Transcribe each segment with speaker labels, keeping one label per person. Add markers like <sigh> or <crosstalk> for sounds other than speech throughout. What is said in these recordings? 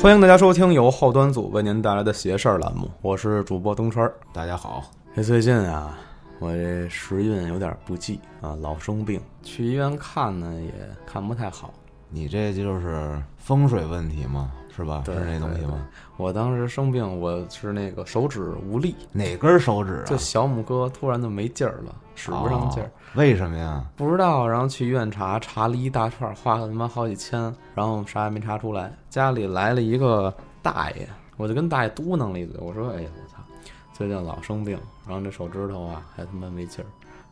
Speaker 1: 欢迎大家收听由后端组为您带来的“邪事儿”栏目，我是主播东川儿。
Speaker 2: 大家好，
Speaker 1: 这最近啊，我这时运有点不济啊，老生病，去医院看呢也看不太好。
Speaker 2: 你这就是风水问题吗？是吧？是
Speaker 1: 对
Speaker 2: 那东西吗？
Speaker 1: 我当时生病，我是那个手指无力，
Speaker 2: 哪根手指啊？
Speaker 1: 就小拇哥突然就没劲儿了，使不上劲儿，
Speaker 2: 哦为什么呀？
Speaker 1: 不知道。然后去医院查，查了一大串儿，花了他妈好几千，然后啥也没查出来。家里来了一个大爷，我就跟大爷嘟囔了一嘴，我说：“哎呀，我操，最近老生病，然后这手指头啊还他妈没劲儿，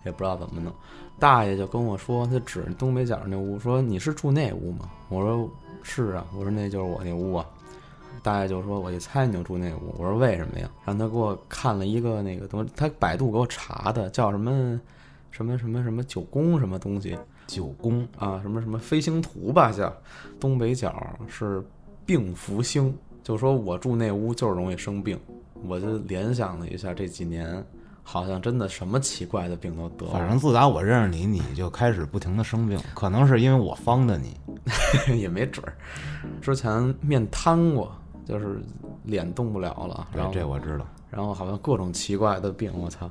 Speaker 1: 也不知道怎么弄。”大爷就跟我说，他指东北角那屋，说：“你是住那屋吗？”我说：“是啊。”我说：“那就是我那屋啊。”大爷就说：“我就猜你就住那屋。”我说：“为什么呀？”然后他给我看了一个那个东西，他百度给我查的，叫什么什么什么什么九宫什么东西
Speaker 2: 九宫
Speaker 1: 啊，什么什么飞行图吧，叫东北角是病福星，就说我住那屋就是容易生病。我就联想了一下，这几年好像真的什么奇怪的病都得
Speaker 2: 反
Speaker 1: 了，
Speaker 2: 正自打我认识你，你就开始不停的生病，可能是因为我方的你。
Speaker 1: <laughs> 也没准儿。之前面瘫过，就是脸动不了了，然
Speaker 2: 对，
Speaker 1: 后
Speaker 2: 哎这我知道。
Speaker 1: 然后好像各种奇怪的病，我操！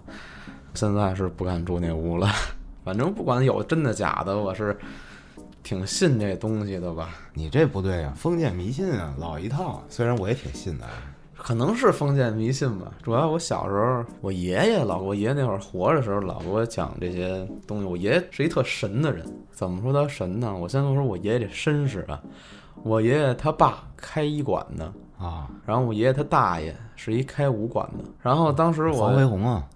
Speaker 1: 现在是不敢住那屋了。 <laughs> 反正不管有真的假的，我是挺信这东西的吧。
Speaker 2: 你这不对啊，封建迷信啊，老一套。虽然我也挺信的，啊
Speaker 1: 可能是封建迷信吧。主要我小时候，我爷爷老我爷爷那会儿活着的时候，老给我讲这些东西。我爷爷是一特神的人，怎么说他神呢？我先说我爷爷这身世啊，我爷爷他爸开医馆的，
Speaker 2: 啊，
Speaker 1: 然后我爷爷他大爷是一开武馆的。然后当时我
Speaker 2: 黄飞鸿啊，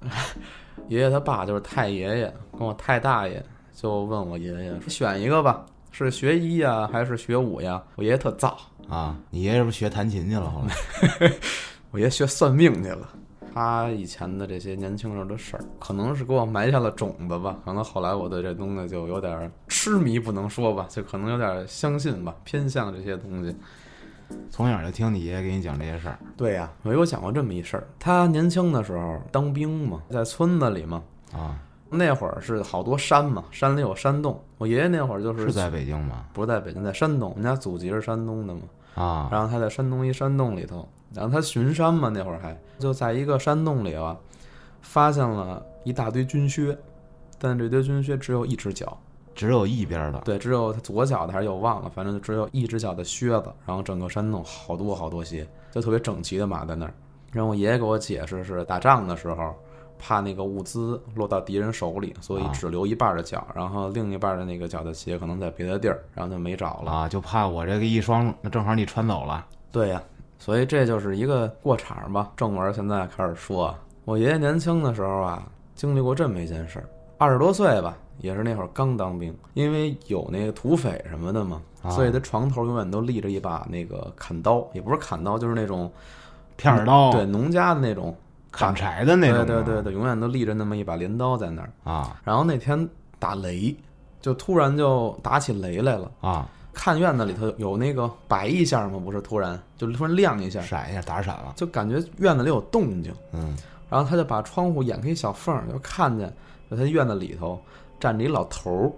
Speaker 1: 爷爷他爸就是太爷爷，跟我太大爷就问我爷爷说选一个吧，是学医呀还是学武呀？我爷爷特燥，
Speaker 2: 啊，你爷爷是不是学弹琴去了？后
Speaker 1: <laughs>
Speaker 2: 来
Speaker 1: 我爷学算命去了。他以前的这些年轻时候的事儿，可能是给我埋下了种子吧。可能后来我对这东西就有点儿痴迷，不能说吧，就可能有点儿相信吧，偏向这些东西。
Speaker 2: 从小就听你爷爷给你讲这些事儿
Speaker 1: 对呀、我有讲过这么一事儿。他年轻的时候当兵嘛，在村子里嘛，
Speaker 2: 啊，
Speaker 1: 那会儿是好多山嘛，山里有山洞。我爷爷那会儿就是是
Speaker 2: 在北京吗？
Speaker 1: 不是在北京，在山东。我们家祖籍是山东的嘛，
Speaker 2: 啊，
Speaker 1: 然后他在山东一山洞里头，然后他巡山嘛，那会儿还就在一个山洞里啊，发现了一大堆军靴，但这堆军靴只有一只脚，
Speaker 2: 只有一边的，
Speaker 1: 对，只有他左脚的还是右忘了，反正就只有一只脚的靴子。然后整个山洞好多好多鞋，就特别整齐的码在那儿。然后我爷爷给我解释是打仗的时候，怕那个物资落到敌人手里，所以
Speaker 2: 啊
Speaker 1: 只留一半的脚，然后另一半的那个脚的鞋可能在别的地儿，然后就没找了。
Speaker 2: 啊，就怕我这个一双，那正好你穿走了。
Speaker 1: 对呀、所以这就是一个过场儿吧。正文现在开始说，啊我爷爷年轻的时候啊，经历过这么一件事儿。二十多岁吧，也是那会儿刚当兵，因为有那个土匪什么的嘛，
Speaker 2: 啊
Speaker 1: 所以他床头永远都立着一把那个砍刀，也不是砍刀，就是那种
Speaker 2: 片儿刀，
Speaker 1: 对农家的那种
Speaker 2: 砍柴的哦那种啊，
Speaker 1: 对对对对，永远都立着那么一把镰刀在那儿。
Speaker 2: 啊
Speaker 1: 然后那天打雷，就突然就打起雷来了。
Speaker 2: 啊，
Speaker 1: 看院子里头有那个摆一下嘛，不是突然就突然亮一下，
Speaker 2: 闪一下打闪了，
Speaker 1: 就感觉院子里有动静，
Speaker 2: 嗯，
Speaker 1: 然后他就把窗户掩开一小缝儿，就看见在他院子里头站着一老头儿，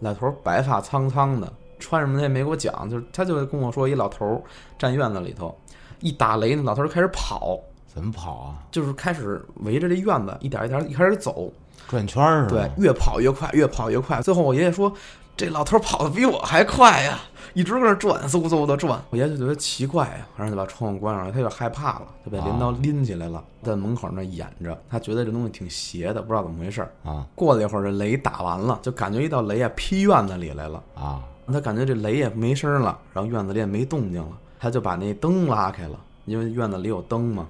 Speaker 1: 老头儿白发苍苍的，穿什么他也没给我讲，就是他就跟我说一老头儿站院子里头，一打雷那老头儿就开始跑，
Speaker 2: 怎么跑啊？
Speaker 1: 就是开始围着这院子一点一点一开始走，
Speaker 2: 转圈儿是吧？
Speaker 1: 对，越跑越快，越跑越快。最后我爷爷说：“这老头儿跑得比我还快呀，一直搁那转，嗖嗖的转。”我爷爷就觉得奇怪呀，然后就把窗户关上了，他就害怕了，就被镰刀拎起来了，在门口那掩着。他觉得这东西挺邪的，不知道怎么回事儿。
Speaker 2: 啊
Speaker 1: 过了一会儿，这雷打完了，就感觉一道雷啊劈院子里来了。
Speaker 2: 啊，
Speaker 1: 他感觉这雷也没声儿了，然后院子里也没动静了，他就把那灯拉开了，因为院子里有灯嘛。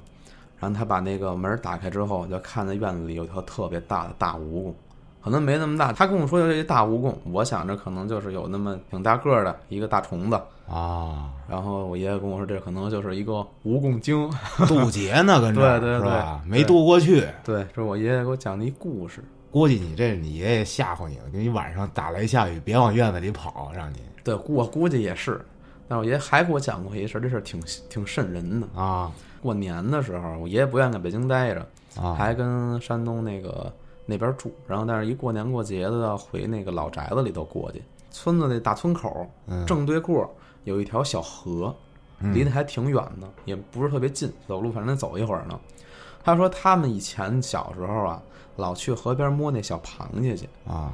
Speaker 1: 然后他把那个门打开之后，就看见院子里有条特别大的大蜈蚣，可能没那么大。他跟我说的这大蜈蚣，我想着可能就是有那么挺大个儿的一个大虫子。
Speaker 2: 啊，
Speaker 1: 然后我爷爷跟我说，这可能就是一个蜈蚣精。 <laughs>
Speaker 2: 渡劫呢，跟着
Speaker 1: 对对
Speaker 2: 是
Speaker 1: 对
Speaker 2: 吧？
Speaker 1: 对
Speaker 2: 没渡过去，
Speaker 1: 对，这是我爷爷给我讲的一故事。
Speaker 2: 估计你这是你爷爷吓唬你了，给你晚上打雷下雨，别往院子里跑，让你
Speaker 1: 对，我估计也是。但是我爷爷还给我讲过一事儿，这事儿挺挺瘆人的。
Speaker 2: 啊
Speaker 1: 过年的时候，我爷爷不愿意在北京待着，
Speaker 2: 啊
Speaker 1: 还跟山东那个那边住，然后但是一过年过节的要回那个老宅子里头过去。村子那大村口
Speaker 2: 嗯
Speaker 1: 正对过有一条小河，离得还挺远的，也不是特别近，走路反正得走一会儿呢。他说他们以前小时候啊，老去河边摸那小螃蟹去。
Speaker 2: 啊，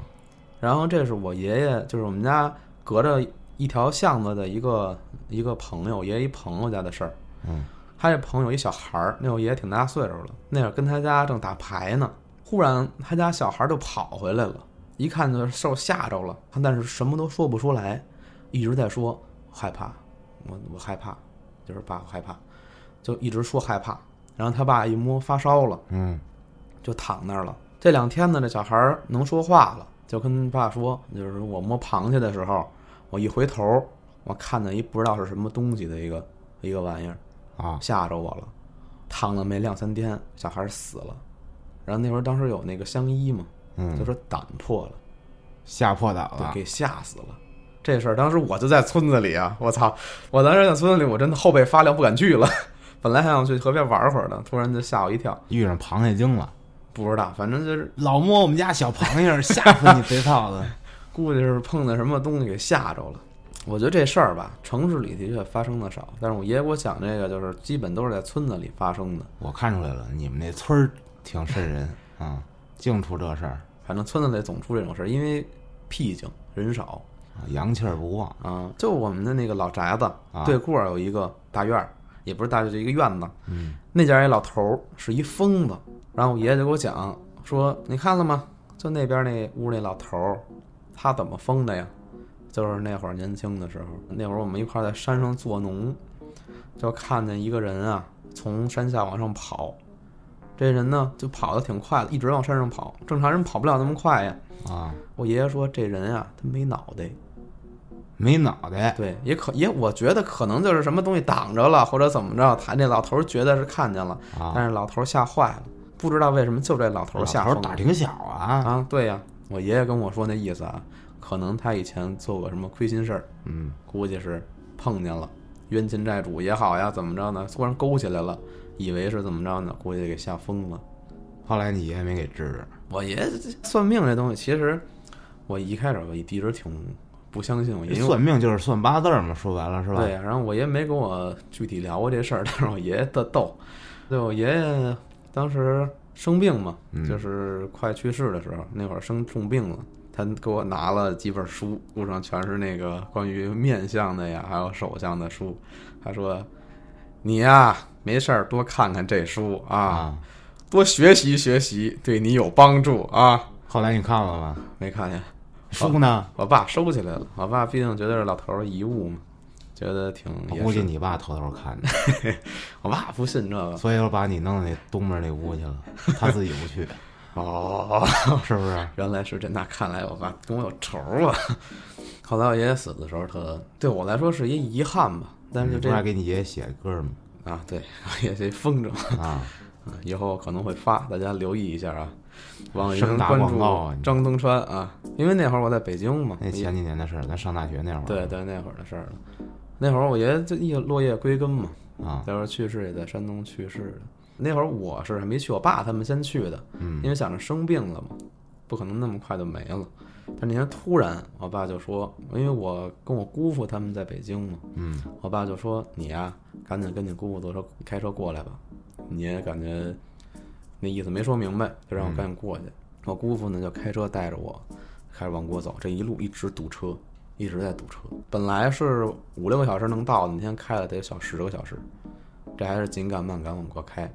Speaker 1: 然后这是我爷爷，就是我们家隔着一条巷子的一个一个朋友，爷爷一朋友家的事儿。
Speaker 2: 嗯，
Speaker 1: 他这朋友一小孩儿，那会儿爷爷挺大岁数了，那会儿跟他家正打牌呢，忽然他家小孩儿就跑回来了，一看就是受吓着了，他但是什么都说不出来，一直在说害怕，我我害怕，就是爸我害怕，就一直说害怕。然后他爸一摸发烧了。
Speaker 2: 嗯，
Speaker 1: 就躺那儿了。这两天呢，这小孩儿能说话了，就跟爸说，就是我摸螃蟹的时候，我一回头，我看见一不知道是什么东西的一个一个玩意儿，
Speaker 2: 啊，
Speaker 1: 吓着我了。躺了没两三天，小孩儿死了。然后那会儿当时有那个香医嘛，
Speaker 2: 嗯啊
Speaker 1: 就说胆破了，
Speaker 2: 吓破胆
Speaker 1: 对
Speaker 2: 了，
Speaker 1: 给吓死了。这事儿当时我就在村子里啊，我操！我当时在村子里，我真的后背发凉，不敢去了。 <laughs> 本来还想去河边玩会儿呢，突然就吓我一跳。
Speaker 2: 遇上螃蟹精了，
Speaker 1: 不知道，反正就是
Speaker 2: 老摸我们家小螃蟹，吓死你 <laughs> 贼套子。
Speaker 1: 估计是碰见什么东西给吓着了。我觉得这事儿吧，城市里的确发生的少，但是我爷爷给我讲这个，就是基本都是在村子里发生的。
Speaker 2: 我看出来了，你们那村儿挺瘆人啊，净出这事儿
Speaker 1: 反正村子里总出这种事儿，因为僻静人少
Speaker 2: 啊，阳气儿不旺
Speaker 1: 啊。就我们的那个老宅子、
Speaker 2: 啊
Speaker 1: 对过儿有一个大院儿，也不是大院儿，就一个院子。嗯，那家一老头儿是一疯子，然后我爷爷就给我讲说：“你看了吗？就那边那屋那老头儿，他怎么疯的呀？就是那会儿年轻的时候，那会儿我们一块儿在山上做农，就看见一个人啊从山下往上跑，这人呢就跑得挺快的，一直往山上跑。正常人跑不了那么快呀。
Speaker 2: 啊，
Speaker 1: 我爷爷说这人啊他没脑袋，
Speaker 2: 没脑袋
Speaker 1: 对，也可也我觉得可能就是什么东西挡着了或者怎么着，他那老头儿觉得是看见了，
Speaker 2: 啊，
Speaker 1: 但是老头儿吓坏了，不知道为什么就这老头儿吓
Speaker 2: 小
Speaker 1: 疯
Speaker 2: 时
Speaker 1: 了
Speaker 2: 候。胆儿挺小啊，
Speaker 1: 啊，对呀、我爷爷跟我说那意思啊，可能他以前做过什么亏心事儿，
Speaker 2: 嗯，
Speaker 1: 估计是碰见了冤亲债主也好呀，怎么着呢？突然勾起来了，以为是怎么着呢？估计给吓疯了。
Speaker 2: 后来你爷爷没给治治，
Speaker 1: 我爷爷这算命这东西，其实我一开始我一直挺不相信我爷爷。
Speaker 2: 算命就是算八字儿嘛，说白了是吧？
Speaker 1: 对啊呀、然后我爷没跟我具体聊过这事儿，但是我爷爷特逗。对我爷爷当时生病嘛，
Speaker 2: 嗯
Speaker 1: 就是快去世的时候，那会儿生重病了，他给我拿了几本书，路上全是那个关于面相的呀，还有手相的书。他说：“你呀、没事儿多看看这书啊，
Speaker 2: 啊，
Speaker 1: 多学习学习，对你有帮助啊。
Speaker 2: 后来你看了吗？”
Speaker 1: 没看见。
Speaker 2: 书呢？
Speaker 1: 我爸收起来了，我爸毕竟觉得是老头儿的遗物嘛，觉得挺
Speaker 2: 我
Speaker 1: 也
Speaker 2: 估
Speaker 1: 是
Speaker 2: 计你爸偷偷看
Speaker 1: <laughs>
Speaker 2: 的，
Speaker 1: 我爸不信这个
Speaker 2: 所以又把你弄到那东边那屋去了，他自己不去，
Speaker 1: <laughs> 哦，
Speaker 2: 是不是？
Speaker 1: 原来是这，那看来我爸跟我有仇啊。 <laughs> 后来我爷爷死的时候，他对我来说是一遗憾吧，但是
Speaker 2: 你
Speaker 1: 这
Speaker 2: 不是还给你爷爷写歌吗？
Speaker 1: 啊，对 <laughs> 我爷爷是一风筝，
Speaker 2: 啊，
Speaker 1: <laughs> 啊以后可能会发，大家留意一下啊。网易
Speaker 2: 盛
Speaker 1: 云
Speaker 2: 大
Speaker 1: 关
Speaker 2: 广
Speaker 1: 注
Speaker 2: 告啊你
Speaker 1: 张东川啊，因为那会儿我在北京嘛，
Speaker 2: 那前几年的事儿，咱上大学那会儿，
Speaker 1: 对对那会儿的事儿了。那会儿我爷爷就一落叶归根嘛，
Speaker 2: 啊，
Speaker 1: 那时候去世也在山东去世的。那会儿我是还没去，我爸他们先去的，
Speaker 2: 嗯
Speaker 1: 因为想着生病了嘛，不可能那么快就没了。但那天突然，我爸就说，因为我跟我姑父他们在北京嘛，
Speaker 2: 嗯，
Speaker 1: 我爸就说你呀、赶紧跟你姑父坐车开车过来吧。你也感觉那意思没说明白，就
Speaker 2: 嗯
Speaker 1: 让我赶紧过去。我姑父呢就开车带着我，开始往过走，这一路一直堵车，一直在堵车。本来是五六个小时能到的，那天开了得小十个小时，这还是紧赶慢赶往过开。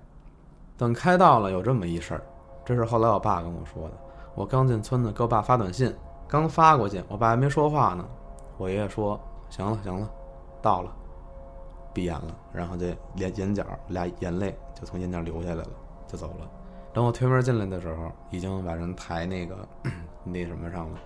Speaker 1: 等开到了，有这么一事儿，这是后来我爸跟我说的。我刚进村子，给我爸发短信，刚发过去，我爸还没说话呢，我爷爷说：“行了，行了，到了。”闭眼了，然后这脸眼角俩眼泪就从眼角流下来了，就走了。等我推门进来的时候，已经把人抬那个那什么上了，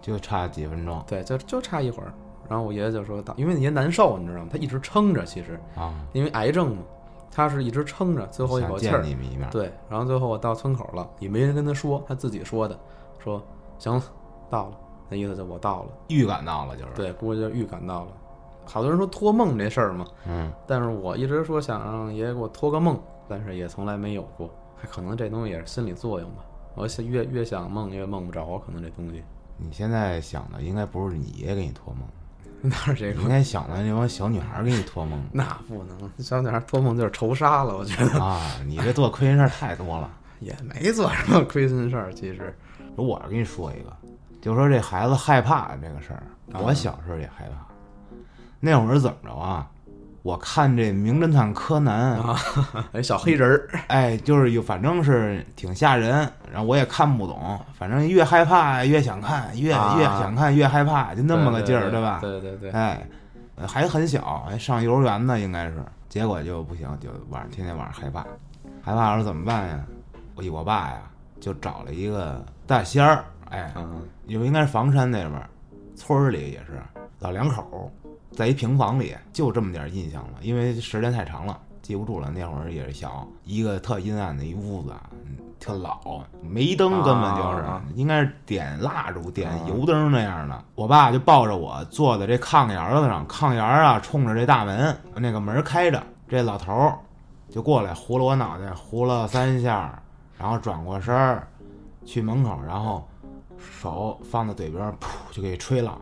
Speaker 2: 就差几分钟
Speaker 1: 对，就就差一会儿。然后我爷爷就说到，因为爷爷难受，你知道吗？他一直撑着，其实
Speaker 2: 啊，
Speaker 1: 因为癌症嘛，他是一直撑着，最后一
Speaker 2: 想
Speaker 1: 口气
Speaker 2: 见
Speaker 1: 儿。
Speaker 2: 你们一面，
Speaker 1: 对，然后最后我到村口了，也没人跟他说，他自己说的，说行了，到了，那意思就我到了。
Speaker 2: 预感到了就是，
Speaker 1: 对，估计就预感到了。好多人说托梦这事儿嘛，
Speaker 2: 嗯，
Speaker 1: 但是我一直说想让爷爷给我托个梦，但是也从来没有过。还可能这东西也是心理作用吧。我想越越想梦越梦不着，可能这东西 <laughs>
Speaker 2: 你现在想的应该不是你爷爷给你托梦，
Speaker 1: 哪有这
Speaker 2: 你
Speaker 1: 个
Speaker 2: 应？该想到那帮小女孩给你托梦
Speaker 1: 那不能，小女孩托梦就是仇杀了，我觉得 <laughs>
Speaker 2: 啊！你这做亏心事儿太多了。
Speaker 1: 也没做什么亏心事儿。其
Speaker 2: <laughs>
Speaker 1: 实，
Speaker 2: 我跟你说一个，就说这孩子害怕这个事儿，
Speaker 1: 啊
Speaker 2: 我小时候也害怕。那会儿怎么着啊？我看这《名侦探柯南》
Speaker 1: 哎，小黑人儿，
Speaker 2: 哎，就是有，反正是挺吓人，然后我也看不懂，反正越害怕越想看，越、
Speaker 1: 啊
Speaker 2: 越想看越害怕，就那么个劲儿，
Speaker 1: 对
Speaker 2: 吧？
Speaker 1: 对对对，
Speaker 2: 哎，呃还很小，还上幼儿园呢，应该是。结果就不行，就晚上天天晚上害怕，害怕了怎么办呀？我我爸呀，就找了一个大仙儿，哎，
Speaker 1: 嗯，
Speaker 2: 有应该是房山那边儿，村儿里也是老两口儿，在一平房里，就这么点儿印象了，因为时间太长了，记不住了。那会儿也是小，一个特阴暗的一屋子，嗯特老，没灯，根本就是、
Speaker 1: 啊
Speaker 2: 应该是点蜡烛、点
Speaker 1: 啊
Speaker 2: 油灯那样的。我爸就抱着我坐在这炕沿儿子上，炕沿儿啊冲着这大门，那个门儿开着，这老头儿就过来糊了我脑袋，糊了三下儿，然后转过身儿去门口，然后手放在嘴边儿，噗就给吹了，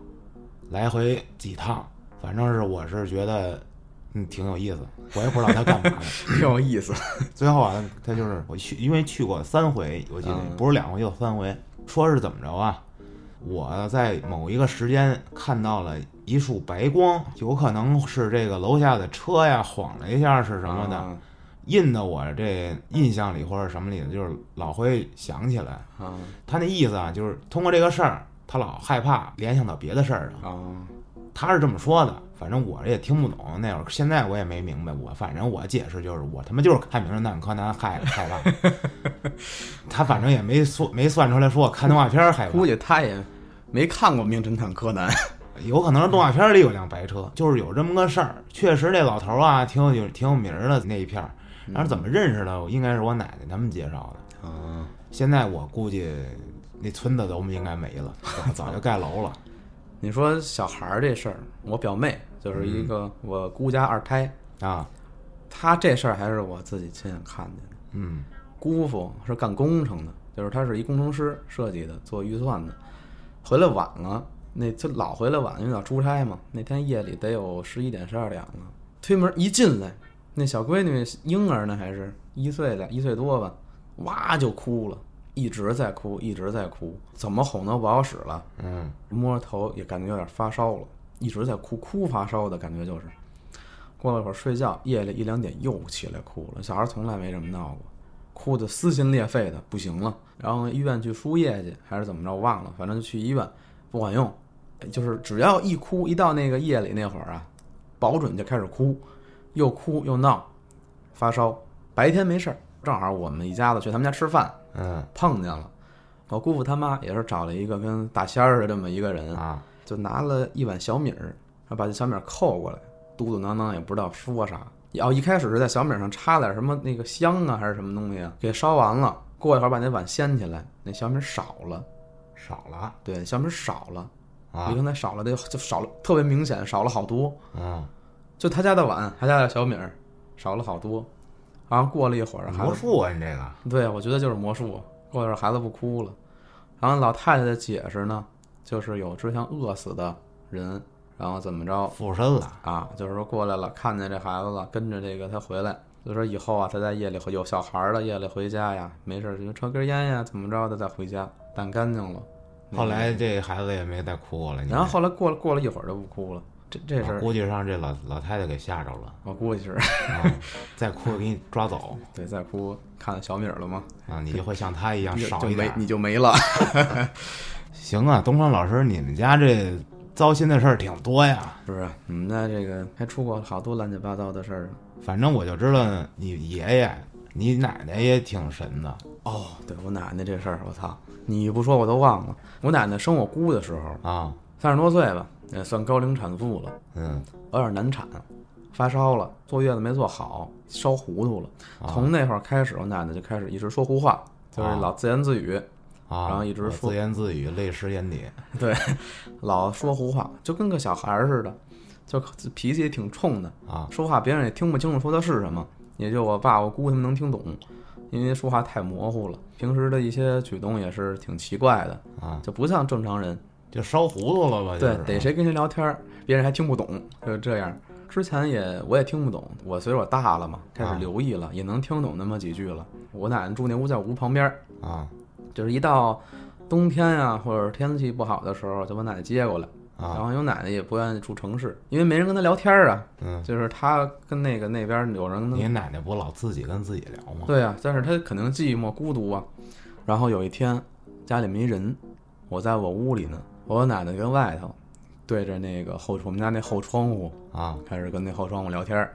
Speaker 2: 来回几趟，反正是我是觉得，嗯，挺有意思，我也不知道他干
Speaker 1: <laughs>
Speaker 2: 嘛的。
Speaker 1: 挺有意思。
Speaker 2: 最后啊，他就是我去，因为去过三回，我记得
Speaker 1: 嗯
Speaker 2: 不是两回就三回，说是怎么着啊？我在某一个时间看到了一束白光，有可能是这个楼下的车呀晃了一下，是什么的。
Speaker 1: 啊
Speaker 2: 印到我这印象里或者什么里的，就是老会想起来。
Speaker 1: 啊
Speaker 2: 他那意思啊，就是通过这个事儿，他老害怕联想到别的事儿了。
Speaker 1: 啊！
Speaker 2: 他是这么说的，反正我也听不懂。那会儿现在我也没明白，我反正我解释就是我他妈就是看《名侦探柯南》害害怕。他反正也没说没算出来，说我看动画片儿害怕
Speaker 1: 估，计他也没看过《名侦探柯南》
Speaker 2: 有可能是动画片里有辆白车，就是有这么个事儿。确实，这老头儿啊，挺有挺有名儿的那一片儿。然后怎么认识的？应该是我奶奶他们介绍的。
Speaker 1: 啊。
Speaker 2: 现在我估计那村子都应该没了，早就盖楼了。
Speaker 1: 你说小孩儿这事儿，我表妹就是一个我姑家二胎，
Speaker 2: 啊，
Speaker 1: 她这事儿还是我自己亲眼看见的。
Speaker 2: 嗯
Speaker 1: 姑父是干工程的，就是他是一工程师，设计的，做预算的。回来晚了，那就老回来晚，因为老出差嘛。那天夜里得有十一点、十二点了，推门一进来，那小闺女婴儿呢，还是一岁的，一岁多吧，哇就哭了，一直在哭，一直在哭，怎么哄都不好使了。
Speaker 2: 嗯，
Speaker 1: 摸着头也感觉有点发烧了，一直在哭，哭发烧的感觉就是。过了一会儿睡觉，夜里一两点又起来哭了。小孩从来没这么闹过，哭得撕心裂肺的，不行了。然后医院去输液去，还是怎么着忘了，反正就去医院，不管用。就是只要一哭，一到那个夜里那会儿啊，保准就开始哭，又哭又闹，发烧。白天没事儿，正好我们一家子去他们家吃饭，
Speaker 2: 嗯
Speaker 1: 碰见了。我姑父他妈也是找了一个跟大仙儿似的这么一个人，
Speaker 2: 啊，
Speaker 1: 就拿了一碗小米儿，然后把这小米儿扣过来，嘟嘟囔囔也不知道说啥。然后一开始是在小米上插点什么那个香啊还是什么东西啊，给烧完了。过一会儿把那碗掀起来，那小米儿少了，
Speaker 2: 少了
Speaker 1: 对，小米儿少了，
Speaker 2: 啊
Speaker 1: 比，刚才少了得就少了，特别明显少了好多。
Speaker 2: 嗯，
Speaker 1: 就他家的碗，他家的小米儿少了好多。然后过了一会儿，孩
Speaker 2: 魔
Speaker 1: 子
Speaker 2: 术啊，你这个
Speaker 1: 对，我觉得就是魔术。过一会儿孩子不哭了，然后老太太的解释呢，就是有之前饿死的人，然后怎么着
Speaker 2: 附身了，
Speaker 1: 啊，就是说过来了，看见这孩子了，跟着这个他回来，就说以后啊，他在夜里回有小孩儿了，夜里回家呀，没事儿就抽根烟呀，怎么着的再回家，掸干净了。那
Speaker 2: 后
Speaker 1: 个，
Speaker 2: 来这孩子也没再哭过了。你
Speaker 1: 然后后来过了过了一会儿就不哭了，这这事
Speaker 2: 我
Speaker 1: 儿
Speaker 2: 估计让啊这老老太太给吓着了，
Speaker 1: 我估计是 <laughs>
Speaker 2: <laughs> 啊、再哭给你抓走
Speaker 1: 对再哭看小米儿了吗？
Speaker 2: 啊，你就会像他一样
Speaker 1: 你就
Speaker 2: 少
Speaker 1: 就
Speaker 2: 一点
Speaker 1: 没
Speaker 2: 儿。
Speaker 1: 你就没了。 <laughs>
Speaker 2: 行啊，东方老师，你们家这糟心的事儿挺多呀。
Speaker 1: 是不是？你们家这个还出过好多乱七八糟的事儿呢。
Speaker 2: 反正我就知道你爷爷、你奶奶也挺神的
Speaker 1: 哦，对我奶奶这事儿，我操！你不说我都忘了。我奶奶生我姑的时候，
Speaker 2: 啊，
Speaker 1: 三十多岁吧，也算高龄产妇了，
Speaker 2: 嗯，
Speaker 1: 有点难产，发烧了，坐月子没坐好，烧糊涂了。从那会儿开始，我奶奶就开始一直说胡话，就是
Speaker 2: 啊
Speaker 1: 老自言自语，
Speaker 2: 啊，
Speaker 1: 然后一直
Speaker 2: 我
Speaker 1: 说
Speaker 2: 自言自语，泪湿眼底。
Speaker 1: 对，老说胡话，就跟个小孩儿似的，就脾气也挺冲的
Speaker 2: 啊，
Speaker 1: 说话别人也听不清楚说的是什么，也就我爸我姑他们能听懂，因为说话太模糊了，平时的一些举动也是挺奇怪的
Speaker 2: 啊，
Speaker 1: 就不像正常人。
Speaker 2: 就烧糊涂了吧？啊就
Speaker 1: 对
Speaker 2: 是，
Speaker 1: 逮谁跟谁聊天儿，别人还听不懂，就是这样。之前也我也听不懂，我随着我大了嘛，开始
Speaker 2: 啊
Speaker 1: 留意了，也能听懂那么几句了。我奶奶住那屋在我屋旁边儿，
Speaker 2: 啊
Speaker 1: 就是一到冬天啊，或者天气不好的时候，就把奶奶接过来。然
Speaker 2: 啊，
Speaker 1: 后因为我奶奶也不愿意住城市，因为没人跟她聊天儿啊，
Speaker 2: 嗯，
Speaker 1: 就是她跟那个那边儿有人跟她
Speaker 2: 你奶奶不老自己跟自己聊吗？
Speaker 1: 对啊，但是他肯定寂寞孤独啊。然后有一天家里没人，我在我屋里呢，我奶奶跟外头对着那个后我们家那后窗户
Speaker 2: 啊
Speaker 1: 开始跟那后窗户聊天儿，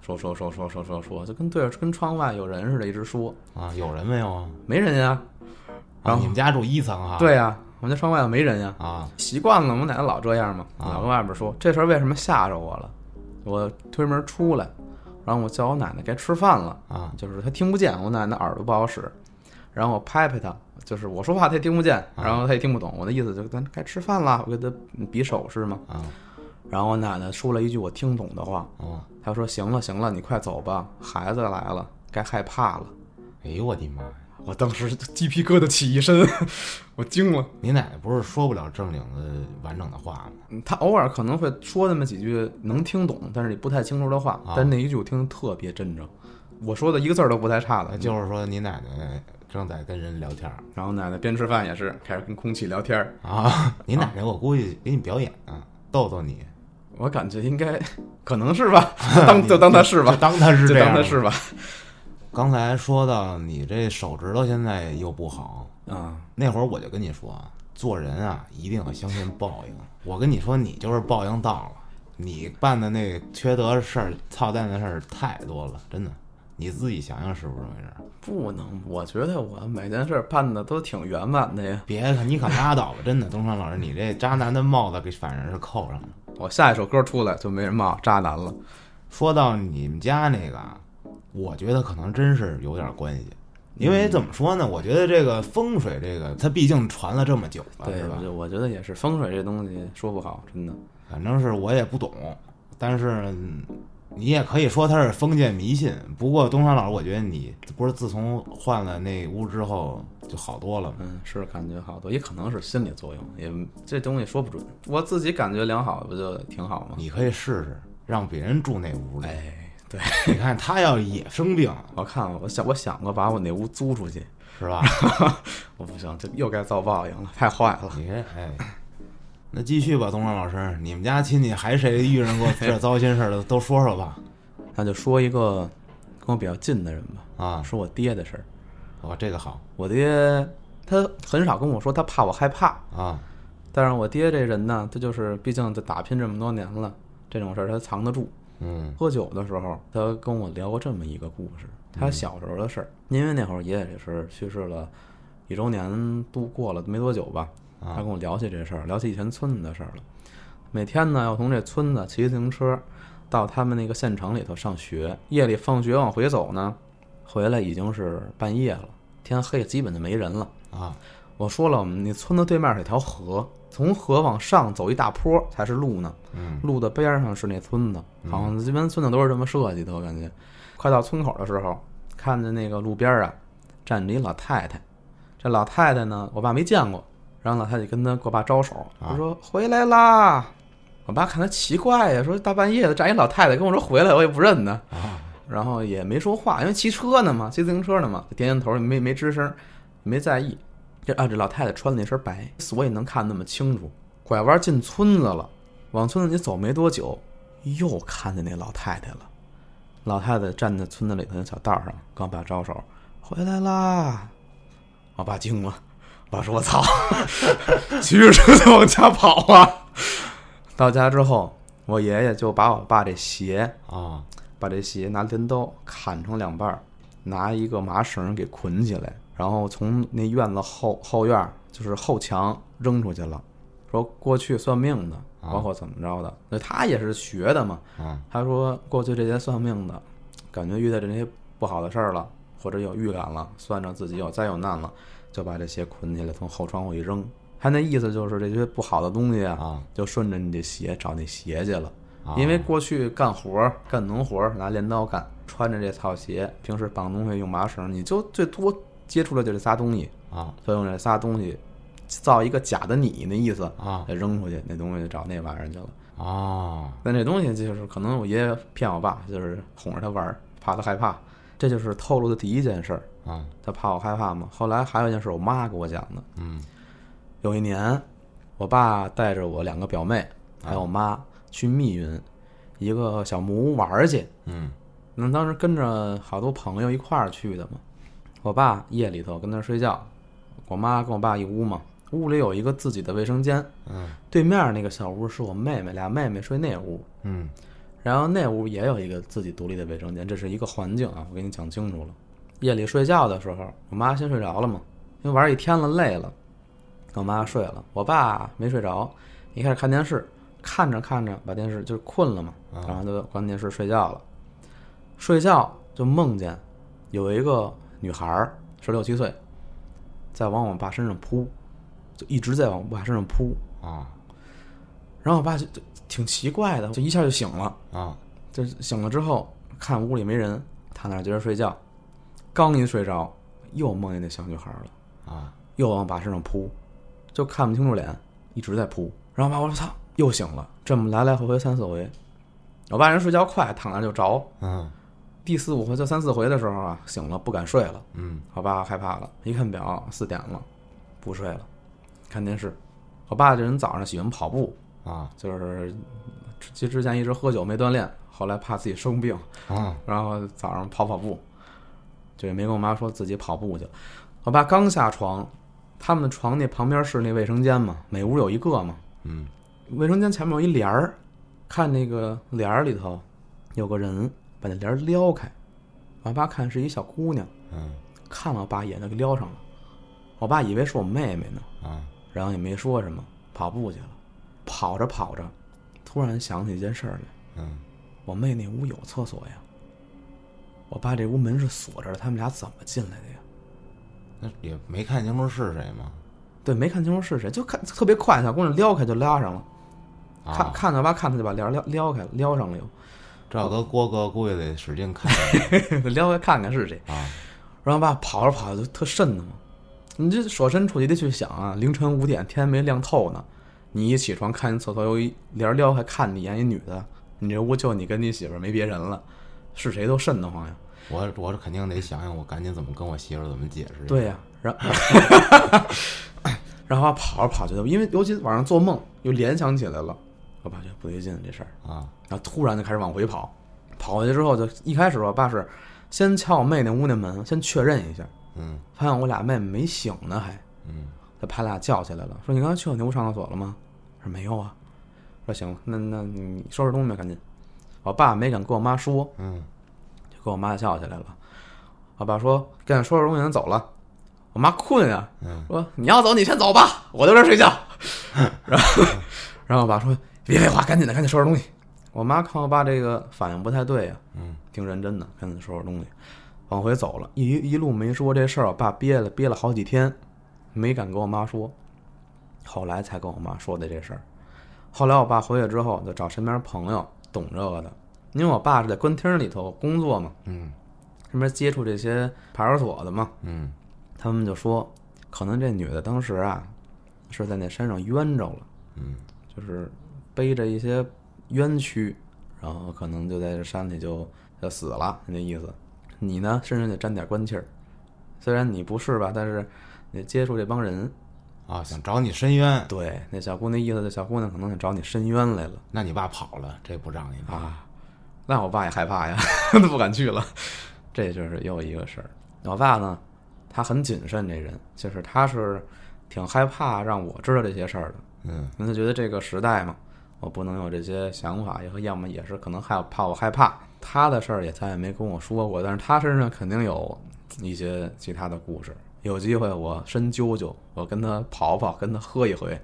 Speaker 1: 说说说说说说说，就跟对着跟窗外有人似的，一直说
Speaker 2: 啊，有人没有啊？
Speaker 1: 没人呀。
Speaker 2: 啊
Speaker 1: 然后
Speaker 2: 你们家住一层哈？
Speaker 1: 对呀、我们家窗外头没人呀，
Speaker 2: 啊
Speaker 1: 习惯了，我奶奶老这样嘛，
Speaker 2: 啊
Speaker 1: 老跟外边说这事儿为什么吓着我了？我推门出来，然后我叫我奶奶该吃饭了。
Speaker 2: 啊
Speaker 1: 就是他听不见，我奶奶耳朵不好使，然后我拍拍他，就是我说话他也听不见，然后他也听不懂，我的意思就是咱该吃饭了，我给他比手势嘛。
Speaker 2: 啊
Speaker 1: 然后我奶奶说了一句我听懂的话，
Speaker 2: 啊！
Speaker 1: 她说：“行了行了，你快走吧，孩子来了，该害怕了。
Speaker 2: 哎呦我的妈呀！”
Speaker 1: 我当时鸡皮疙瘩起一身， <laughs> 我惊了。
Speaker 2: 你奶奶不是说不了正经的完整的话吗？
Speaker 1: 她偶尔可能会说那么几句能听懂，但是你不太清楚的话
Speaker 2: 啊，
Speaker 1: 但那一句我听得特别真诚，我说的一个字儿都不带差的
Speaker 2: 那。就是说你奶奶正在跟人聊天儿
Speaker 1: 然后奶奶边吃饭也是开始跟空气聊天儿。
Speaker 2: 啊。你奶奶我估计给你表演啊，逗逗你，
Speaker 1: 我感觉应该可能是吧， <laughs> 当就当他是吧
Speaker 2: 就，当她是
Speaker 1: 就
Speaker 2: 这
Speaker 1: 当
Speaker 2: 样
Speaker 1: 他
Speaker 2: 的。
Speaker 1: 是吧。
Speaker 2: 刚才说到你这手指头现在又不好，
Speaker 1: 啊，
Speaker 2: 那会儿我就跟你说啊，做人啊一定要相信报应。我跟你说，你就是报应到了，你办的那缺德事儿、操蛋的事儿太多了，真的。你自己想想是不是这么回事儿？
Speaker 1: 不能，我觉得我每件事办的都挺圆满的呀。
Speaker 2: 别看你可拉倒吧，真的，东山老师，你这渣男的帽子给反正是扣上了。
Speaker 1: 我下一首歌出来就没人骂我渣男了。
Speaker 2: 说到你们家那个啊，我觉得可能真是有点关系，
Speaker 1: 嗯
Speaker 2: 因为怎么说呢？我觉得这个风水这个，它毕竟传了这么久了，
Speaker 1: 对
Speaker 2: 是吧，？
Speaker 1: 我觉得也是，风水这东西说不好，真的。
Speaker 2: 反正是我也不懂，但是嗯你也可以说它是封建迷信。不过东山老师，我觉得你不是自从换了那屋之后就好多了吗？
Speaker 1: 嗯，是感觉好多，也可能是心理作用，也这东西说不准。我自己感觉良好，不就挺好吗？
Speaker 2: 你可以试试让别人住那屋里，
Speaker 1: 哎，对，
Speaker 2: <laughs> 你看他要也生病
Speaker 1: 我看我想我想过把我那屋租出去，
Speaker 2: 是吧？ <laughs>
Speaker 1: 我不行，这又该遭报应了，太坏了。
Speaker 2: 你看，哎，那继续吧，东山老师，你们家亲戚还谁遇上过这糟心事儿的，都说说吧。
Speaker 1: 那就说一个跟我比较近的人吧，
Speaker 2: 啊，
Speaker 1: 说我爹的事儿。
Speaker 2: 我这个好
Speaker 1: 我爹他很少跟我说他怕我害怕，
Speaker 2: 啊，
Speaker 1: 但是我爹这人呢，他就是毕竟他打拼这么多年了，这种事儿他藏得住。
Speaker 2: 嗯
Speaker 1: 喝酒的时候，他跟我聊过这么一个故事，他小时候的事儿。因为那会儿爷爷也是去世了一周年，度过了没多久吧，他
Speaker 2: 啊
Speaker 1: 跟我聊起这事儿，聊起以前村子的事儿了。每天呢，要从这村子骑自行车到他们那个县城里头上学。夜里放学往回走呢，回来已经是半夜了，天黑了，基本就没人了。
Speaker 2: 啊
Speaker 1: 我说了，我们那村子对面是一条河，从河往上走一大坡才是路呢。
Speaker 2: 嗯
Speaker 1: 路的边上是那村子，好像这边村子都是这么设计的，我感觉。快到村口的时候，看见那个路边啊站着一老太太，这老太太呢，我爸没见过，然后老太太跟她给我爸招手，
Speaker 2: 啊
Speaker 1: 她说、回来啦。我爸看她奇怪呀，说大半夜的站一老太太跟我说回来，我也不认呢，
Speaker 2: 啊
Speaker 1: 然后也没说话，因为骑车呢嘛，骑自行车呢嘛，点点头没没吱声，没在意。这啊，这老太太穿的那身白，所以能看那么清楚。拐弯进村子了，往村子里走没多久，又看见那老太太了。老太太站在村子里头的小道上，跟我爸招手：“回来啦！”我爸惊了，我爸说：“我操， <laughs> 骑着车就往家跑啊！” <laughs> 到家之后，我爷爷就把我爸这鞋
Speaker 2: 啊
Speaker 1: 把这鞋拿镰刀砍成两半儿，拿一个麻绳给捆起来，然后从那院子后后院儿就是后墙扔出去了。说过去算命的，
Speaker 2: 啊
Speaker 1: 包括怎么着的，那他也是学的嘛。
Speaker 2: 啊
Speaker 1: 他说过去这些算命的，感觉遇到这些不好的事儿了，或者有预感了，算着自己有灾有难了，就把这鞋捆起来，从后窗户一扔。他那意思就是这些不好的东西啊，
Speaker 2: 啊
Speaker 1: 就顺着你这鞋找那鞋去了。
Speaker 2: 啊！
Speaker 1: 因为过去干活儿干农活儿拿镰刀干，穿着这草鞋，平时绑东西用麻绳，你就最多接触的就这仨东西，
Speaker 2: 啊
Speaker 1: 所以用这仨东西造一个假的你那意思，
Speaker 2: 啊
Speaker 1: 给扔出去，那东西就找那玩意儿去了。
Speaker 2: 哦，
Speaker 1: 但这东西就是可能我爷爷骗我爸，就是哄着他玩儿，怕他害怕，这就是透露的第一件事儿。
Speaker 2: 啊
Speaker 1: 他怕我害怕嘛。后来还有一件事，我妈给我讲的。
Speaker 2: 嗯，
Speaker 1: 有一年，我爸带着我两个表妹还有我妈去密云一个小木屋玩儿去。
Speaker 2: 嗯
Speaker 1: 那当时跟着好多朋友一块儿去的嘛。我爸夜里头跟那儿睡觉，我妈跟我爸一屋嘛，屋里有一个自己的卫生间，
Speaker 2: 嗯
Speaker 1: 对面那个小屋是我妹妹，俩妹妹睡那屋。
Speaker 2: 嗯
Speaker 1: 然后那屋也有一个自己独立的卫生间，这是一个环境啊，我给你讲清楚了。夜里睡觉的时候，我妈先睡着了嘛，因为玩一天了累了，我妈睡了，我爸没睡着，一开始看电视，看着看着把电视就困了嘛，
Speaker 2: 啊
Speaker 1: 然后就关电视睡觉了。睡觉就梦见有一个女孩儿，十六七岁，在往我爸身上扑，就一直在往我爸身上扑，
Speaker 2: 啊
Speaker 1: 然后我爸就就挺奇怪的，就一下就醒了。
Speaker 2: 啊
Speaker 1: 就是醒了之后看屋里没人，躺那儿接着睡觉，刚一睡着，又梦见那小女孩了，
Speaker 2: 啊
Speaker 1: 又往爸身上扑，就看不清楚脸，一直在扑。然后我爸我说操，又醒了，这么来来回回三四回。我爸人睡觉快，躺那儿就着。
Speaker 2: 嗯
Speaker 1: 第四五回就三四回的时候啊，醒了不敢睡了，
Speaker 2: 嗯
Speaker 1: 我爸害怕了，一看表四点了，不睡了，看电视。我爸这人早上喜欢跑步，
Speaker 2: 啊
Speaker 1: 就是之之前一直喝酒没锻炼，后来怕自己生病，
Speaker 2: 啊
Speaker 1: 然后早上跑跑步，就也没跟我妈说自己跑步去了。我爸刚下床，他们的床那旁边是那卫生间嘛，每屋有一个嘛。
Speaker 2: 嗯
Speaker 1: 卫生间前面有一帘儿，看那个帘儿里头有个人把那帘儿撩开，我爸看是一小姑娘，
Speaker 2: 嗯
Speaker 1: 看了我爸一眼就给撩上了。我爸以为是我妹妹呢，
Speaker 2: 啊
Speaker 1: 然后也没说什么，跑步去了。跑着跑着，突然想起一件事儿来。
Speaker 2: 嗯
Speaker 1: 我妹那屋有厕所呀，我爸这屋门是锁着的，他们俩怎么进来的呀？
Speaker 2: 那也没看清楚是谁吗？
Speaker 1: 对，没看清楚是谁，就看特别快，小姑娘撩开就拉上了，看
Speaker 2: 啊，
Speaker 1: 看到吧，看她就把帘儿撩撩开了，撩上了
Speaker 2: 这要搁郭哥估计得使劲看
Speaker 1: 又， <laughs> 撩开看看是谁。
Speaker 2: 啊
Speaker 1: 然后爸跑着跑着就特瘆得慌，你这手伸出去得去想啊，凌晨五点天还没亮透呢，你一起床看见厕所有一帘儿撩开，看你一眼一女的，你这屋就你跟你媳妇儿没别人了，是谁都瘆得慌呀。
Speaker 2: 我我是肯定得想想，我赶紧怎么跟我媳妇儿怎么解释。，
Speaker 1: 对呀、然 <laughs> 后然后跑着跑着，因为尤其晚上做梦又联想起来了，我爸觉得不对劲这事儿，
Speaker 2: 啊，
Speaker 1: 然后突然就开始往回跑，跑回去之后就一开始我爸是先敲我妹那屋那门，先确认一下，
Speaker 2: 嗯
Speaker 1: 发现我俩妹妹没醒呢还，
Speaker 2: 嗯
Speaker 1: 他把俩叫起来了，说你刚才去我那屋上厕所了吗？我说没有啊，说行了，那那你收拾东西吧，赶紧。我爸没敢跟我妈说，
Speaker 2: 嗯
Speaker 1: 就给我妈叫起来了。我爸说：“赶紧收拾东西，咱走了。”我妈困呀、
Speaker 2: 嗯
Speaker 1: 说：“你要走，你先走吧，我在这儿
Speaker 2: <laughs>
Speaker 1: 睡觉。”然后，然后我爸说：“别废话，赶紧的，赶紧收拾东西。”我妈看我爸这个反应不太对呀、
Speaker 2: 嗯，
Speaker 1: 挺认真的，赶紧收拾东西，往回走了。一一路没说这事儿，我爸憋了憋了好几天，没敢跟我妈说，后来才跟我妈说的这事儿。后来我爸回去之后，就找身边朋友懂这个的，因为我爸是在官厅里头工作嘛，
Speaker 2: 嗯
Speaker 1: 身边接触这些派出所的嘛，
Speaker 2: 嗯
Speaker 1: 他们就说，可能这女的当时啊是在那山上冤着了，
Speaker 2: 嗯
Speaker 1: 就是背着一些冤屈，然后可能就在这山里就就死了，那意思。你呢，身上得沾点官气儿，虽然你不是吧，但是你接触这帮人，
Speaker 2: 啊，想找你申冤，
Speaker 1: 对那小姑娘意思，这小姑娘可能想找你申冤来了
Speaker 2: 那你爸跑了，这不让你拿
Speaker 1: 啊。那我爸也害怕呀， <laughs> 都不敢去了。这就是又一个事儿。我爸呢，他很谨慎，这人就是他是挺害怕让我知道这些事儿的。
Speaker 2: 嗯
Speaker 1: 那就觉得这个时代嘛，我不能有这些想法，也和要么也是可能害怕我害怕他的事儿，也再也没跟我说过。但是他身上肯定有一些其他的故事，有机会我深究究，我跟他跑跑，跟他喝一回，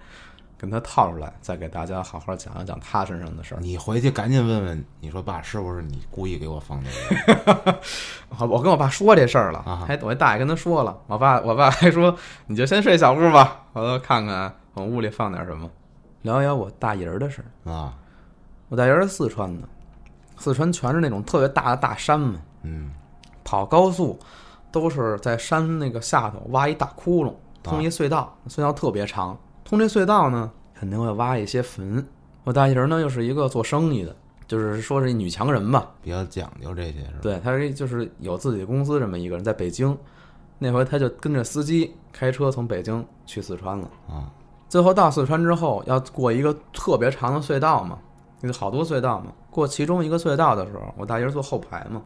Speaker 1: 跟他套出来，再给大家好好讲一讲他身上的事儿。
Speaker 2: 你回去赶紧问问，你说爸是不是你故意给我放的？
Speaker 1: 好我跟我爸说这事儿了
Speaker 2: 啊，
Speaker 1: 还我大爷跟他说了，我爸我爸还说你就先睡小屋吧，我说看看我屋里放点什么。聊一聊我大爷儿的事儿。
Speaker 2: 啊，
Speaker 1: 我大爷是四川的，四川全是那种特别大的大山嘛，
Speaker 2: 嗯
Speaker 1: 跑高速都是在山那个下头挖一大窟窿，通一隧道，隧道特别长，通这隧道呢，肯定会挖一些坟。我大姨人呢，又是一个做生意的，就是说是一女强人吧，
Speaker 2: 比较讲究这些是吧？
Speaker 1: 对，她是一就是有自己公司这么一个人，在北京。那回她就跟着司机开车从北京去四川了。
Speaker 2: 啊，
Speaker 1: 最后到四川之后，要过一个特别长的隧道嘛，有好多隧道嘛。过其中一个隧道的时候，我大姨坐后排嘛，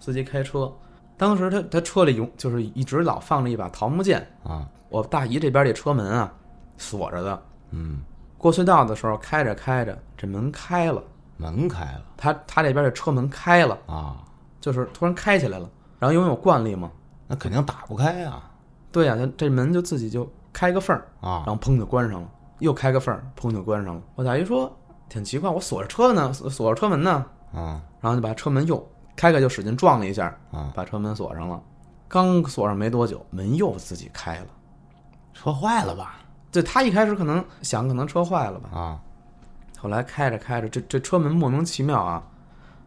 Speaker 1: 司机开车。当时他他车里永就是一直老放着一把桃木剑，
Speaker 2: 啊，
Speaker 1: 我大姨这边这车门啊锁着的。
Speaker 2: 嗯，
Speaker 1: 过隧道的时候开着开着，这门开了，
Speaker 2: 门开了
Speaker 1: 他他这边这车门开了，
Speaker 2: 啊，
Speaker 1: 就是突然开起来了。然后因为有惯例嘛，
Speaker 2: 那肯定打不开呀、
Speaker 1: 对呀、他这门就自己就开个缝儿，
Speaker 2: 啊，
Speaker 1: 然后砰就关上了，又开个缝儿，砰就关上了。我大姨说挺奇怪，我锁着车呢，锁锁着车门呢，
Speaker 2: 啊
Speaker 1: 然后就把车门又开开，就使劲撞了一下，
Speaker 2: 啊，
Speaker 1: 把车门锁上了。刚锁上没多久，门又自己开了。
Speaker 2: 车坏了吧？
Speaker 1: 对他一开始可能想，可能车坏了吧，
Speaker 2: 啊，
Speaker 1: 后来开着开着，这这车门莫名其妙啊，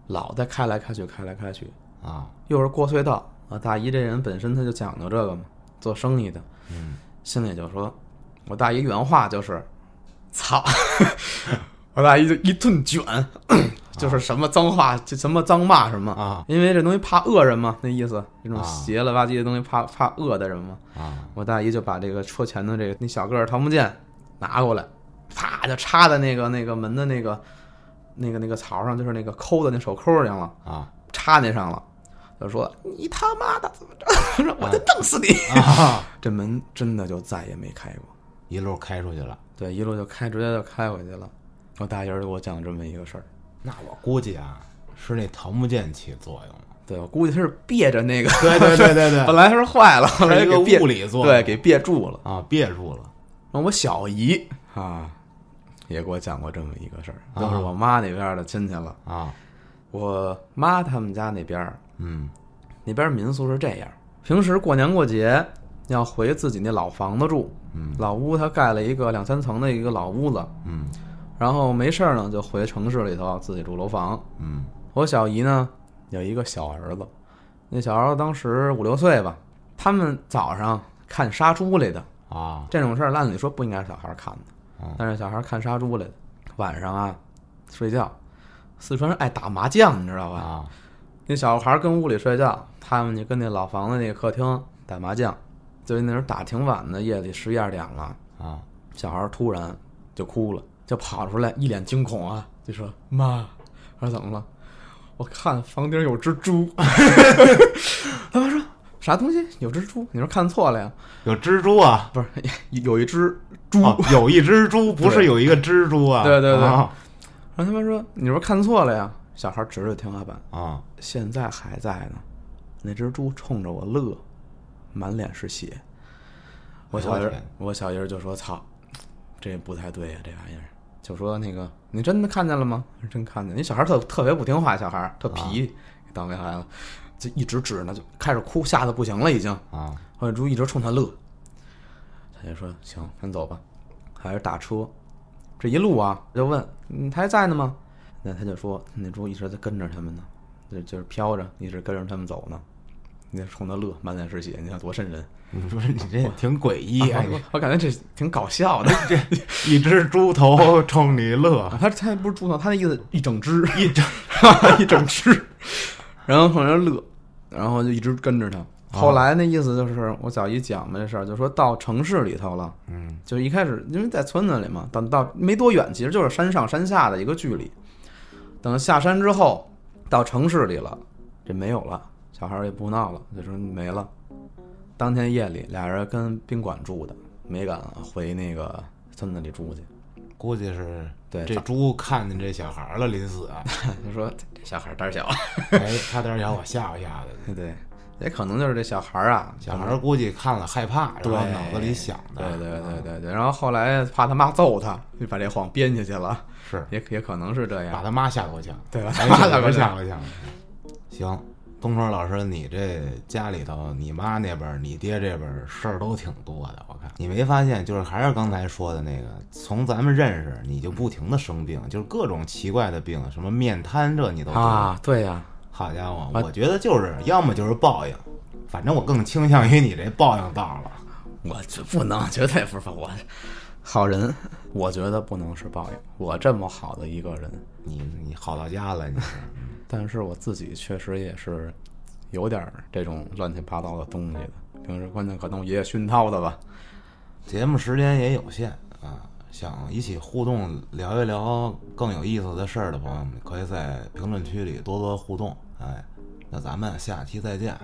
Speaker 1: 老在开来开去，开来开去，
Speaker 2: 啊，
Speaker 1: 又是过隧道啊。大姨这人本身她就讲究这个嘛，做生意的，
Speaker 2: 嗯，
Speaker 1: 心里就说，我大姨原话就是，操，我大姨就一顿卷，就是什么脏话就什么脏骂什么
Speaker 2: 啊，
Speaker 1: 因为这东西怕恶人嘛，那意思，这种
Speaker 2: 啊
Speaker 1: 邪了吧唧的东西怕怕恶的人嘛。
Speaker 2: 啊，
Speaker 1: 我大姨就把这个车前的这个那小个儿桃木剑拿过来，啪就插在那个那个门的那个那个那个槽上，就是那个抠的那手抠上了，
Speaker 2: 啊，
Speaker 1: 插那上了，就说你他妈的怎么着， <laughs> 我就弄死你！
Speaker 2: 啊，
Speaker 1: <laughs> 这门真的就再也没开过，
Speaker 2: 一路开出去了。
Speaker 1: 对，一路就开，直接就开回去了。我大姨儿给我讲这么一个事儿，
Speaker 2: 那我估计啊，是那桃木剑起作用了。
Speaker 1: 对我估计他是憋着那个，
Speaker 2: 对
Speaker 1: <laughs>
Speaker 2: 对对对 <laughs>
Speaker 1: 本来是坏了，后来
Speaker 2: 是一
Speaker 1: 给
Speaker 2: 个
Speaker 1: 憋
Speaker 2: 物理作用
Speaker 1: 对，给憋住了。
Speaker 2: 啊，憋住了
Speaker 1: 然后我小姨啊，也给我讲过这么一个事儿，
Speaker 2: 啊
Speaker 1: 就是我妈那边的亲戚了。
Speaker 2: 啊，
Speaker 1: 我妈他们家那边儿，
Speaker 2: 嗯
Speaker 1: 那边民俗是这样：平时过年过节要回自己那老房子住，
Speaker 2: 嗯
Speaker 1: 老屋他盖了一个两三层的一个老屋子，
Speaker 2: 嗯
Speaker 1: 然后没事儿呢就回城市里头自己住楼房。
Speaker 2: 嗯
Speaker 1: 我小姨呢有一个小儿子，那小儿子当时五六岁吧，他们早上看杀猪来的，
Speaker 2: 啊
Speaker 1: 这种事儿按理说不应该是小孩儿看的
Speaker 2: 嗯，
Speaker 1: 但是小孩儿看杀猪来的，晚上啊睡觉，四川人爱打麻将，你知道吧？
Speaker 2: 啊
Speaker 1: 那小孩儿跟屋里睡觉，他们就跟那老房子那个客厅打麻将，就那时候打挺晚的，夜里十一二点了，
Speaker 2: 啊
Speaker 1: 小孩儿突然就哭了，就跑出来，一脸惊恐啊，就说：“妈，我说怎么了？我看房顶有只猪。” <laughs> 他妈说啥东西？有只猪？你说看错了呀？
Speaker 2: 有蜘蛛啊，
Speaker 1: 不是， <laughs> 有一只猪。
Speaker 2: 哦有一只猪，不是有一个蜘蛛啊？
Speaker 1: 对对对
Speaker 2: 啊
Speaker 1: 然后他们说：“你是不是看错了呀？”小孩指着天花板，
Speaker 2: 啊
Speaker 1: 现在还在呢。那只猪冲着我乐，满脸是血。我小
Speaker 2: 哎呦
Speaker 1: 姨
Speaker 2: 我天，
Speaker 1: 我小姨就说：“操，这不太对呀、啊这玩意儿。”就说那个，你真的看见了吗？真看见。你小孩特特别不听话，小孩特皮，倒霉孩子，就一直指呢，就开始哭，吓得不行了已经。
Speaker 2: 啊
Speaker 1: 后来猪一直冲他乐，他就说：“行，咱走吧。”还是打车，这一路啊，就问：“你还在呢吗？”那他就说：“那猪一直在跟着他们呢，就就是飘着，一直跟着他们走呢。”你就冲他乐，满脸是血，你看多瘆人！
Speaker 2: 你说你这也挺诡异啊
Speaker 1: 啊！ <laughs> 我我感觉这挺搞笑的。
Speaker 2: 一只猪头冲你乐
Speaker 1: 啊他他不是猪头，他那意思一整只，
Speaker 2: 一整
Speaker 1: <laughs> 一整只，然后从那乐，然后就一直跟
Speaker 2: 哦
Speaker 1: 着他。后来那意思就是我小姨讲嘛这事儿，就说到城市里头了，
Speaker 2: 嗯
Speaker 1: 就一开始因为在村子里嘛，等到没多远，其实就是山上山下的一个距离。等下山之后，到城市里了，这没有了，小孩儿也不闹了，就说没了。当天夜里，俩人跟宾馆住的，没敢回那个村子里住去。 <laughs>
Speaker 2: 估计是
Speaker 1: 对
Speaker 2: 这猪看见这小孩了，临 <laughs> 死，啊
Speaker 1: 就说这这小孩儿胆儿小，
Speaker 2: 哎，他胆小，我吓唬吓唬他。
Speaker 1: <laughs> 对，也可能就是这小孩儿啊，
Speaker 2: 小孩估计看了害怕，然后
Speaker 1: 对
Speaker 2: 脑子里想的，啊
Speaker 1: 对对对对对。然后后来怕他妈揍他，就把这谎编下去了，
Speaker 2: 是
Speaker 1: 也也可能是这
Speaker 2: 把
Speaker 1: 样。
Speaker 2: 他妈吓够呛，
Speaker 1: 对吧
Speaker 2: 哎
Speaker 1: 把他妈
Speaker 2: 把他
Speaker 1: 吓
Speaker 2: 吓够呛。行，东川老师，你这家里头，你妈那边儿，你爹这边儿事儿都挺多的，我看你没发现，就是还是刚才说的那个，从咱们认识你就不停的生病，就是各种奇怪的病，什么面瘫这你都得
Speaker 1: 啊，对呀、
Speaker 2: 好家伙，我觉得就是要么就是报应，反正我更倾向于你这报应到了。
Speaker 1: 我就不能，绝对不是我好人，我觉得不能是报应。我这么好的一个人，
Speaker 2: 你你好到家了，你是
Speaker 1: 但是我自己确实也是有点儿这种乱七八糟的东西的。平时关键可能也熏陶的吧，
Speaker 2: 节目时间也有限啊，想一起互动聊一聊更有意思的事儿的朋友们，可以在评论区里多多互动。哎，那咱们下期再见。